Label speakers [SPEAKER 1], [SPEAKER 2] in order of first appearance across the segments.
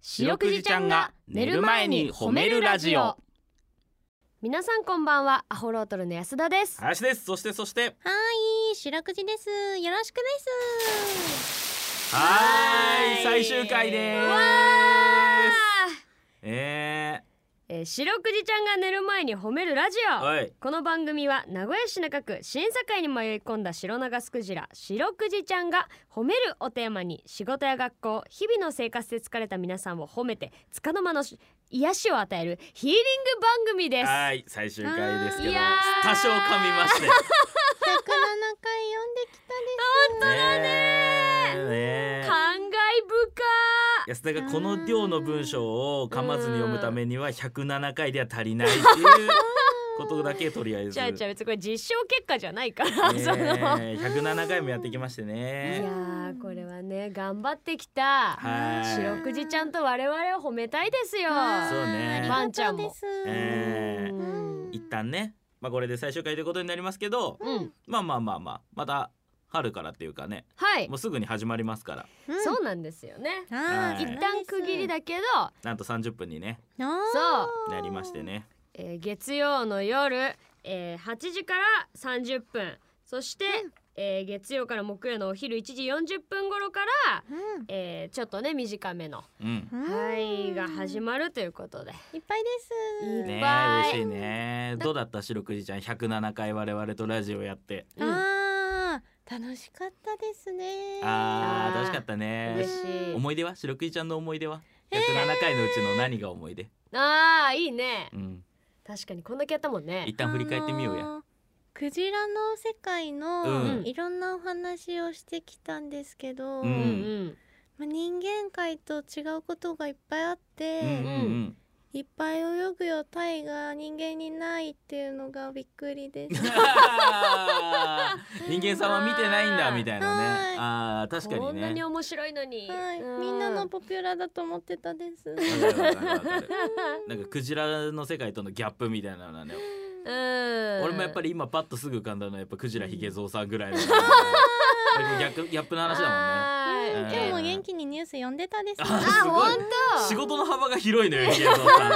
[SPEAKER 1] 白くじちゃんが寝る前に褒めるラジオ
[SPEAKER 2] 皆さんこんばんはアホロートルの安田ですは
[SPEAKER 1] 林ですそしてそして
[SPEAKER 2] い白くじですよろしくです
[SPEAKER 1] はーい
[SPEAKER 2] はーい
[SPEAKER 1] 最終回で
[SPEAKER 2] わ
[SPEAKER 1] すえ
[SPEAKER 2] えー、白くじちゃんが寝る前に褒めるラジ
[SPEAKER 1] ー、
[SPEAKER 2] オ
[SPEAKER 1] おい
[SPEAKER 2] この番組は名古屋市中区審査会に迷い込んだ白長スクジラ白くじちゃんが褒めるおテーマに仕事や学校日々の生活で疲れた皆さんを褒めて束の間のし癒しを与えるヒーリング番組です
[SPEAKER 1] はーい最終回ですけど
[SPEAKER 2] いやー
[SPEAKER 1] 多少噛みまして
[SPEAKER 3] 107回読んできた
[SPEAKER 1] 本当だねねえ
[SPEAKER 2] 感慨深
[SPEAKER 1] 安田がこの量の文章を噛まずに読むためには107回では足りないっていうことだけとりあえ ず
[SPEAKER 2] じゃあじゃあ別にこれ実証結果じゃないから、
[SPEAKER 1] ね え
[SPEAKER 2] そのいや
[SPEAKER 1] 107回もやってきましてね
[SPEAKER 2] ーこれはね頑張ってきた
[SPEAKER 1] は
[SPEAKER 2] 白
[SPEAKER 1] い
[SPEAKER 2] くじちゃんと我々を褒めたいですよ
[SPEAKER 3] わー
[SPEAKER 1] そうね
[SPEAKER 3] ありがとう
[SPEAKER 2] ワン
[SPEAKER 3] です
[SPEAKER 1] えー
[SPEAKER 2] うん
[SPEAKER 1] 一旦ねまあこれで最終回ということになりますけど
[SPEAKER 2] うん
[SPEAKER 1] まあまあまあまあまた春からっていうかね
[SPEAKER 2] はい
[SPEAKER 1] もうすぐに始まりますから
[SPEAKER 3] うん
[SPEAKER 2] そうなんですよね
[SPEAKER 3] あ
[SPEAKER 1] はい
[SPEAKER 3] ー
[SPEAKER 2] 一旦区切りだけど、
[SPEAKER 1] なんと30分にね
[SPEAKER 2] そう
[SPEAKER 1] なりましてね
[SPEAKER 2] えー月曜の夜、えー8時から30分そして、えー月曜から木曜のお昼1時40分頃から、
[SPEAKER 3] うん
[SPEAKER 2] えーちょっとね短めの
[SPEAKER 1] うん
[SPEAKER 2] 「はい」が始まるということで
[SPEAKER 3] いっぱいです
[SPEAKER 2] いっぱい
[SPEAKER 1] ねえ嬉しいねどうだった白くじちゃん107回我々とラジオやって
[SPEAKER 2] うん
[SPEAKER 3] あー楽しかったですね
[SPEAKER 1] あ
[SPEAKER 2] あー
[SPEAKER 1] ー楽しかったね
[SPEAKER 2] 嬉しい
[SPEAKER 1] 思い出は白くじちゃんの思い出は107回のうちの何が思い出
[SPEAKER 2] あーいいね
[SPEAKER 1] うん
[SPEAKER 2] 確かにこんだけやったもんね
[SPEAKER 1] 一旦振り返ってみよう
[SPEAKER 3] あ
[SPEAKER 1] や
[SPEAKER 3] のークジラの世界
[SPEAKER 1] う
[SPEAKER 3] の
[SPEAKER 1] ん
[SPEAKER 3] いろんなお話をしてきたんですけど、
[SPEAKER 1] う
[SPEAKER 2] う
[SPEAKER 1] ん
[SPEAKER 2] ん
[SPEAKER 3] ま
[SPEAKER 2] うん
[SPEAKER 3] あ人間界と違うことがいっぱいあ
[SPEAKER 1] う
[SPEAKER 3] っ
[SPEAKER 1] んうん
[SPEAKER 3] て、
[SPEAKER 1] うん
[SPEAKER 3] いっぱい泳ぐよタイが人間にないっていうのがびっくりです。
[SPEAKER 1] 人間さんは見てないんだみたいな
[SPEAKER 3] は
[SPEAKER 1] ね
[SPEAKER 3] い
[SPEAKER 1] あー確か
[SPEAKER 2] こ
[SPEAKER 1] に
[SPEAKER 2] んな
[SPEAKER 1] ね
[SPEAKER 2] に面白いのに、
[SPEAKER 3] はい、
[SPEAKER 2] う
[SPEAKER 3] みんなのポピュラだと思ってたです。
[SPEAKER 1] わかるわかる わかるなんかクジラの世界とのギャップみたいなのはね
[SPEAKER 2] うん
[SPEAKER 1] 俺もやっぱ
[SPEAKER 2] り
[SPEAKER 1] り今パッとすぐ浮かんだのはやっぱクジラヒゲゾウさんぐらいの逆ギャップの話だ
[SPEAKER 3] うん
[SPEAKER 1] えー
[SPEAKER 3] 今日も元気にニュース読んでたですね。
[SPEAKER 1] あ
[SPEAKER 2] あ
[SPEAKER 1] すご
[SPEAKER 2] 本
[SPEAKER 1] いもん
[SPEAKER 2] 当
[SPEAKER 1] ね仕事の幅が広いのよヒゲゾウさん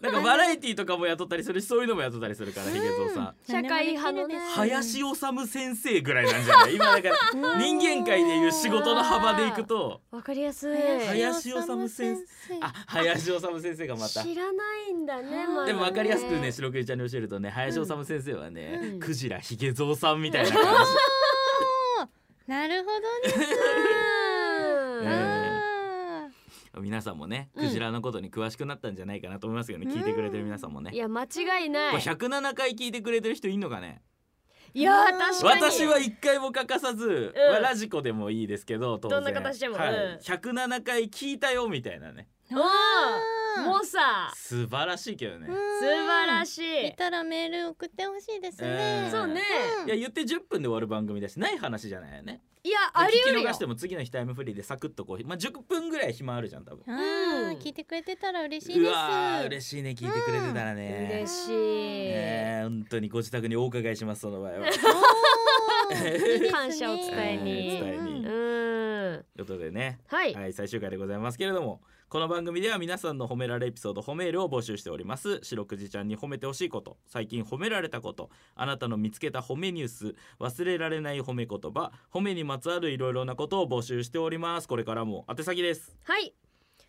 [SPEAKER 1] なんかバラエティとかも雇ったりするしそういうのも雇ったりするからヒゲゾウさん
[SPEAKER 2] 社会派のね
[SPEAKER 1] 林修先生ぐらいなんじゃない今だから
[SPEAKER 3] うん
[SPEAKER 1] 人間界でいう仕事の幅でいくと
[SPEAKER 2] わかりやすい
[SPEAKER 1] 林修先
[SPEAKER 3] 生
[SPEAKER 1] あ林修先生がまた
[SPEAKER 2] 知らないんだね、まだね
[SPEAKER 1] でも分かりやすくね白くじちゃんに教えるとね林修先生はね、
[SPEAKER 2] うん
[SPEAKER 1] クジラヒゲゾウさんみたいな感じ、
[SPEAKER 3] なるほどね。
[SPEAKER 2] うん
[SPEAKER 1] えー
[SPEAKER 3] あ
[SPEAKER 1] 皆さんもね
[SPEAKER 2] うん
[SPEAKER 1] クジラのことに詳しくなったんじゃないかなと思いますけどね、聞いてくれてる皆さんもね
[SPEAKER 2] いや間違いな
[SPEAKER 1] こ
[SPEAKER 2] い
[SPEAKER 1] れ107回聞いてくれてる人いんのかね
[SPEAKER 2] いやー確かに
[SPEAKER 1] 私は一回も欠かさず、
[SPEAKER 2] うん
[SPEAKER 1] まあラジコでもいいですけど当
[SPEAKER 2] ど
[SPEAKER 1] 然
[SPEAKER 2] んな形でも
[SPEAKER 1] はい
[SPEAKER 2] うん
[SPEAKER 1] 107回聞いたよみたいなね
[SPEAKER 2] うんもうさ
[SPEAKER 1] 素晴らしいけどね、
[SPEAKER 2] 素晴らし
[SPEAKER 3] い
[SPEAKER 2] い
[SPEAKER 3] たらメール送ってほしいです
[SPEAKER 1] うん
[SPEAKER 3] ね。
[SPEAKER 2] そうね
[SPEAKER 1] いや言って10分で終わる番組だしない話じゃないよね
[SPEAKER 2] いやあり
[SPEAKER 1] 聞
[SPEAKER 2] 得
[SPEAKER 1] き
[SPEAKER 2] るよ
[SPEAKER 1] 逃しても次の日タイムフリーでサクッとこう、まあ、10分ぐらい暇あるじゃん多分
[SPEAKER 3] あ
[SPEAKER 2] うん
[SPEAKER 3] ー聞いてくれてたら嬉しいうです。
[SPEAKER 1] わー嬉しいね聞いてくれてたらね、
[SPEAKER 2] 嬉しい
[SPEAKER 1] ねえ本当にご自宅にお伺いしますその場合は
[SPEAKER 3] おーいいです ね
[SPEAKER 2] 感謝を伝えに
[SPEAKER 1] 伝えに
[SPEAKER 2] う
[SPEAKER 1] うんということでね
[SPEAKER 2] はい
[SPEAKER 1] はい最終回でございますけれどもこの番組では皆さんの褒められエピソード褒めールを募集しております白くじちゃんに褒めてほしいこと最近褒められたことあなたの見つけた褒めニュース忘れられない褒め言葉褒めにまつわるいろいろなことを募集しておりますこれからも宛先です
[SPEAKER 2] はい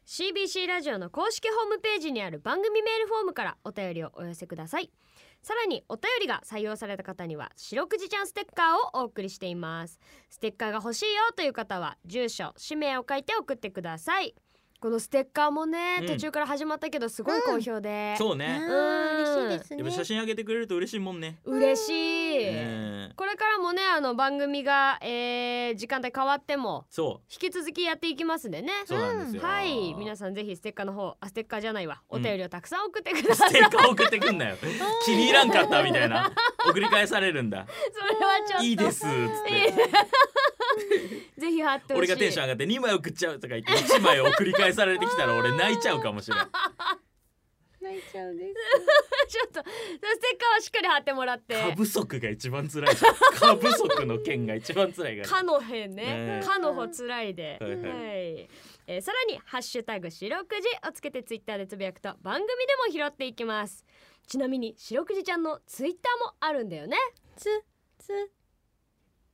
[SPEAKER 2] CBC ラジオの公式ホームページにある番組メールフォームからお便りをお寄せくださいさらにお便りが採用された方には白くじちゃんステッカーをお送りしていますステッカーが欲しいよという方は住所氏名を書いて送ってくださいこのステッカーもね、
[SPEAKER 1] うん
[SPEAKER 2] 途中から始まったけどすごい好評で、
[SPEAKER 1] そうね
[SPEAKER 3] あー嬉しいです
[SPEAKER 1] やっぱ写
[SPEAKER 3] ね。
[SPEAKER 1] 真あげてくれると嬉しいもんね
[SPEAKER 2] 嬉しい、
[SPEAKER 1] うん
[SPEAKER 2] これからもねあの番組が、えー時間帯変わっても
[SPEAKER 1] そ
[SPEAKER 2] 引き続きやっていきますんでね
[SPEAKER 1] うそうなんですよ、
[SPEAKER 2] はい皆
[SPEAKER 1] さん
[SPEAKER 2] さんぜひステッカーの方あステッカーじゃないわ
[SPEAKER 1] う
[SPEAKER 2] お
[SPEAKER 1] ん
[SPEAKER 2] 便りをたくさん送ってください、
[SPEAKER 1] ステッカー送ってくんなよ気に入らんかったみたいな送り返されるん だ
[SPEAKER 2] それはちょっと
[SPEAKER 1] いいです っつって
[SPEAKER 2] ぜひ貼ってほしい
[SPEAKER 1] 俺がテンション上がって2枚送っちゃうとか言って1枚を送り返されてきた ら俺泣いちゃうかもしれん
[SPEAKER 3] 泣いちゃうです。
[SPEAKER 2] ちょっとそのステッカーはしっかり貼ってもらって
[SPEAKER 1] 過不足が一番辛いじゃん過不足の件が一番辛いか
[SPEAKER 2] かのへんね
[SPEAKER 1] ね
[SPEAKER 2] かのほつらいで、
[SPEAKER 1] らはいはい
[SPEAKER 2] はいえーさらに「ハッシュタグ四六時」をつけてツイッターでつぶやくと番組でも拾っていきますちなみに四六時ちゃんのツイッターもあるんだよね
[SPEAKER 3] つつ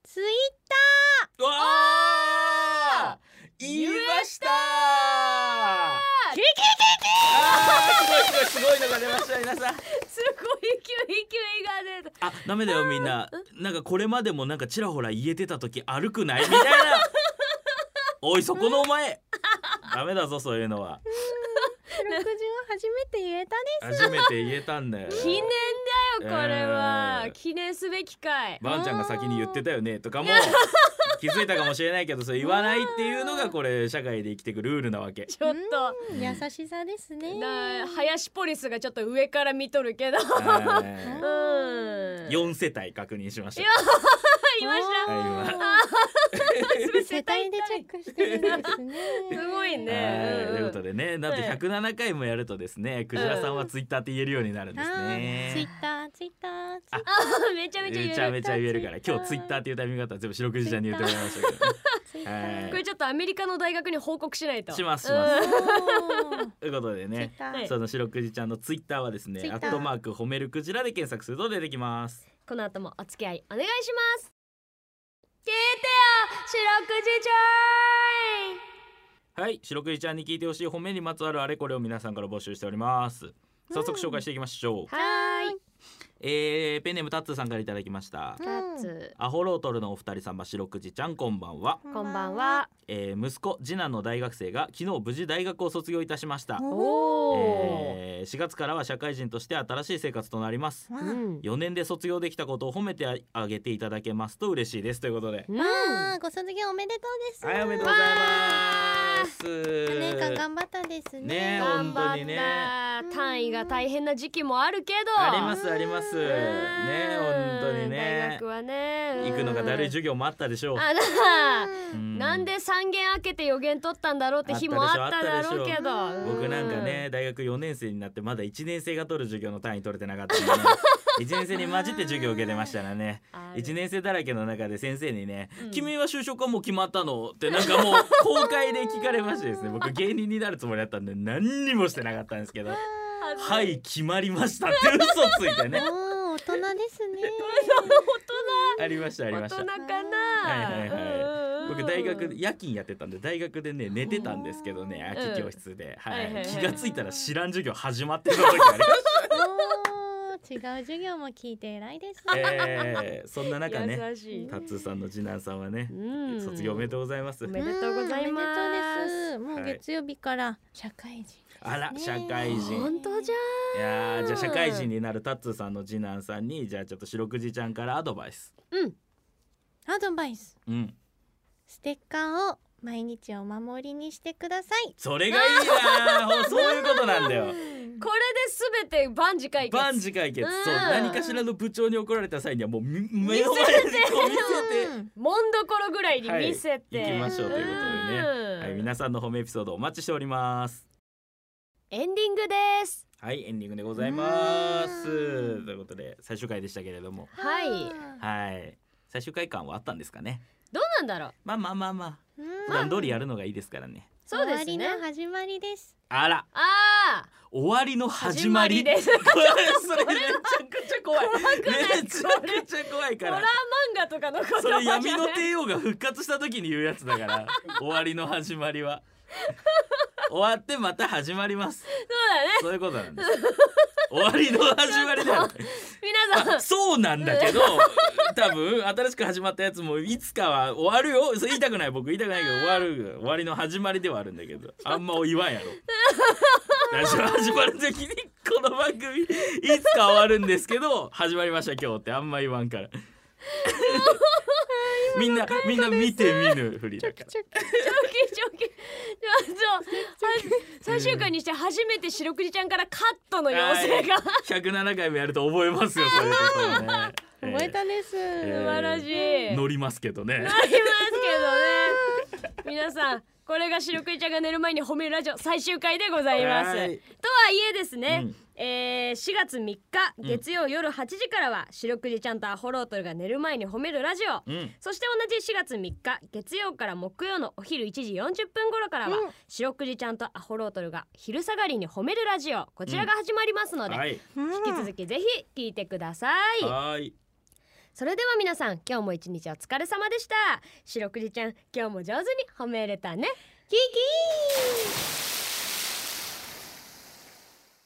[SPEAKER 3] ツイ
[SPEAKER 1] わあ言いましたー
[SPEAKER 2] キリ
[SPEAKER 1] あーすごいすごいすごいのが出ました皆さん
[SPEAKER 2] すごい勢い勢いが出た
[SPEAKER 1] あダメだよみんななんかこれまでもなんかちらほら言えてた時歩くないみたいな おいそこのお前ダメだぞそういうのは
[SPEAKER 3] 六時は初めて言えたね
[SPEAKER 1] 初めて言えたんだよ
[SPEAKER 2] 記念だよこれは、
[SPEAKER 1] えー
[SPEAKER 2] 記念すべき回
[SPEAKER 1] ばんちゃんが先に言ってたよねとかも気づいたかもしれないけどそれ言わないっていうのがこれ社会で生きてくルールなわ け
[SPEAKER 2] ちょっと
[SPEAKER 3] うん優しさですね
[SPEAKER 2] な林ポリスがちょっと上から見とるけど
[SPEAKER 1] は
[SPEAKER 2] う
[SPEAKER 1] い
[SPEAKER 2] ん
[SPEAKER 1] 4世帯確認しました
[SPEAKER 2] いました
[SPEAKER 1] はいい
[SPEAKER 3] た世帯でチェックしてるんですね
[SPEAKER 2] すごいね
[SPEAKER 1] はい
[SPEAKER 2] うん
[SPEAKER 1] ということでねなんと
[SPEAKER 2] はい
[SPEAKER 1] 107回もやるとですねクジラさんはツイッターって言えるようになるんです
[SPEAKER 3] ツイッ
[SPEAKER 1] ね。
[SPEAKER 3] ターツイッターツイッタ ー
[SPEAKER 2] めちゃめちゃ
[SPEAKER 1] め
[SPEAKER 2] 言
[SPEAKER 1] ちゃ
[SPEAKER 2] える
[SPEAKER 1] めちゃ言えるから今日ツイッターっていうタイミングだったら全部四 六時ちゃんに言ってもらいましたけどね、
[SPEAKER 3] ツイッター
[SPEAKER 2] これちょっとアメリカの大学に報告しないと
[SPEAKER 1] しますし
[SPEAKER 2] うん
[SPEAKER 1] ます
[SPEAKER 3] おー
[SPEAKER 1] ということで
[SPEAKER 3] ツイッ
[SPEAKER 1] ね
[SPEAKER 3] ター
[SPEAKER 2] はい
[SPEAKER 1] その白くじちゃんのツイッターはですね「ア
[SPEAKER 3] Twitter
[SPEAKER 1] ットマーク褒めるクジラ」で検索すると出てきます。
[SPEAKER 2] この後もお付き合いお願いします聞いてよ白くじち
[SPEAKER 1] はい白くじちゃんに聞いてほしい褒めにまつわるあれこれを皆さんから募集しております。早速紹介していきましょう。
[SPEAKER 2] ょいはーい
[SPEAKER 1] えーペンネームタッツーさんからいただきました。
[SPEAKER 2] 二つ
[SPEAKER 1] アホロートルのお二人様白くじちゃんこんばんは。
[SPEAKER 2] こんばんは
[SPEAKER 1] えー息子次男の大学生が昨日無事大学を卒業いたしました、
[SPEAKER 2] おお
[SPEAKER 1] えー4月からは社会人として新しい生活となります
[SPEAKER 3] わあ
[SPEAKER 2] うん
[SPEAKER 1] 4年で卒業できたことを褒めてあげていただけますと嬉しいですということで
[SPEAKER 2] うん
[SPEAKER 3] まあご卒業おめでとうです
[SPEAKER 1] はいおめでとうございます
[SPEAKER 3] 四年間頑張ったです
[SPEAKER 1] ねえ
[SPEAKER 3] ね
[SPEAKER 2] 頑張
[SPEAKER 1] 本当にね
[SPEAKER 2] った単位が大変な時期もあるけど
[SPEAKER 1] ありますありますね
[SPEAKER 2] うん
[SPEAKER 1] 本当に
[SPEAKER 2] 大
[SPEAKER 1] ね
[SPEAKER 2] 学はねうん
[SPEAKER 1] 行くのがだるい授業もあったでしょう
[SPEAKER 2] あな
[SPEAKER 3] う
[SPEAKER 1] うんん
[SPEAKER 2] なんで三限開けて予言取ったんだろうって日もあっただろうけ
[SPEAKER 3] あったでしょあったで
[SPEAKER 2] ど
[SPEAKER 3] しょ
[SPEAKER 1] 僕なんかね大学4年生になってまだ1年生が取る授業の単位取れてなかったん でね1年生に混じって授業受けてましたらね1年生だらけの中で先生にね
[SPEAKER 2] うん
[SPEAKER 1] 「君は就職はもう決まったの?」ってなんかもう公開で聞かれまして ですね僕芸人になるつもりだったんで何にもしてなかった んですけど「は
[SPEAKER 2] はい
[SPEAKER 1] い決まりました」って嘘ついてね
[SPEAKER 3] おー大人ですね
[SPEAKER 1] ありましたあり
[SPEAKER 2] 大
[SPEAKER 1] まし
[SPEAKER 2] 人
[SPEAKER 1] た。
[SPEAKER 2] かな
[SPEAKER 1] はいはいはい
[SPEAKER 2] うんうんうん
[SPEAKER 1] 僕大学夜勤やってたんで大学でね寝てたんですけどね
[SPEAKER 2] うん
[SPEAKER 1] 空き教室で、は
[SPEAKER 2] はい
[SPEAKER 1] い
[SPEAKER 2] はいはい
[SPEAKER 1] 気がついたら知らん授業始まってた時あり ました
[SPEAKER 3] おー違う授業も聞いて偉いですね
[SPEAKER 1] えーそんな中ね、
[SPEAKER 2] 優しい
[SPEAKER 1] タッツーさんの次男さんはね、
[SPEAKER 2] うん
[SPEAKER 1] 卒業おめでとうございます
[SPEAKER 2] お。めでとうございます
[SPEAKER 3] うんおめでとうですもう月曜日から社会人ですね
[SPEAKER 1] あら社会人
[SPEAKER 2] 本当じゃ
[SPEAKER 1] いやーじゃあ社会人になるタッツーさんの次男さんにじゃあちょっと白くじちゃんからアドバイス。
[SPEAKER 2] うん
[SPEAKER 3] アドバイス
[SPEAKER 1] うん、
[SPEAKER 3] ステッカーを毎日お守りにしてください
[SPEAKER 1] それがい いなー。ほうそういうことなんだよ。
[SPEAKER 2] これで全て万事解決
[SPEAKER 1] 万事解決。
[SPEAKER 2] うん
[SPEAKER 1] そう何かしらの部長に怒られた際にはもうみ目の前にこう見せて。
[SPEAKER 2] もんどころぐらいに見せて、
[SPEAKER 1] はい行きましょうということでね
[SPEAKER 2] うん
[SPEAKER 1] はい皆さんの褒めエピソードお待ちしております。
[SPEAKER 2] エンディングです
[SPEAKER 1] はいエンディングでございます。と
[SPEAKER 3] うん
[SPEAKER 1] いうことで最終回でしたけれども、
[SPEAKER 2] はい
[SPEAKER 1] はい最終回感はあったんですかね。
[SPEAKER 2] どうなんだろう
[SPEAKER 1] まあまあまあまあ。普段通りやるのがいいですからね。
[SPEAKER 2] そうですね
[SPEAKER 3] 終わりの始まりです
[SPEAKER 1] あら、
[SPEAKER 2] あ
[SPEAKER 1] 終わりの始まり。
[SPEAKER 2] 始まりです
[SPEAKER 1] これ、 それめちゃくちゃ怖い。めちゃくちゃ怖い
[SPEAKER 2] ーホラ
[SPEAKER 1] か
[SPEAKER 2] ー
[SPEAKER 1] ら
[SPEAKER 2] 漫。画とかのこと
[SPEAKER 1] それ闇の
[SPEAKER 2] 手
[SPEAKER 1] 帝王が復活した時に言うやつ だから、終わりの始まりは。終わってまた始まります。
[SPEAKER 2] そうだね
[SPEAKER 1] そういうことな んです。終わりの始まりだよ。
[SPEAKER 2] 皆さ
[SPEAKER 1] あ
[SPEAKER 2] ん
[SPEAKER 1] そうなんだけど、多分新しく始まったやつもいつかは終わるよ。それ言いたくない僕言いたくないけど終わる終わりの始まりではあるんだけど、あんまお言わんやろ。ラジオ始まる時にこの番組いつか終わるんですけど始まりました今日ってあんま言わんから。みんなみんな見て見ぬふりだから。
[SPEAKER 2] 長期長期最終回にして初めて白くじちゃんからカットの要請が
[SPEAKER 1] 107回もやると覚えますよそういうことをね。
[SPEAKER 3] 覚えたです、
[SPEAKER 1] えー
[SPEAKER 2] 素晴らしい
[SPEAKER 1] 乗りますけどね。
[SPEAKER 2] ありますけどね皆さんここれが白くじちゃんが寝る前に褒めるラジオ最終回でございますと
[SPEAKER 1] は
[SPEAKER 2] はいいえですね、
[SPEAKER 1] うん
[SPEAKER 2] えー4月3日月曜夜8時からは白くじちゃんとアホロートルが寝る前に褒めるラジオ、
[SPEAKER 1] うん
[SPEAKER 2] そして同じ4月3日月曜から木曜のお昼1時40分頃からは、
[SPEAKER 3] うん
[SPEAKER 2] 白くじちゃんとアホロートルが昼下がりに褒めるラジオこちらが始まりますので、
[SPEAKER 1] はい
[SPEAKER 2] 引き続きぜひ聞いてください、
[SPEAKER 1] はい
[SPEAKER 2] それでは皆さん今日も一日お疲れ様でした白くじちゃん今日も上手に褒めれたねキキー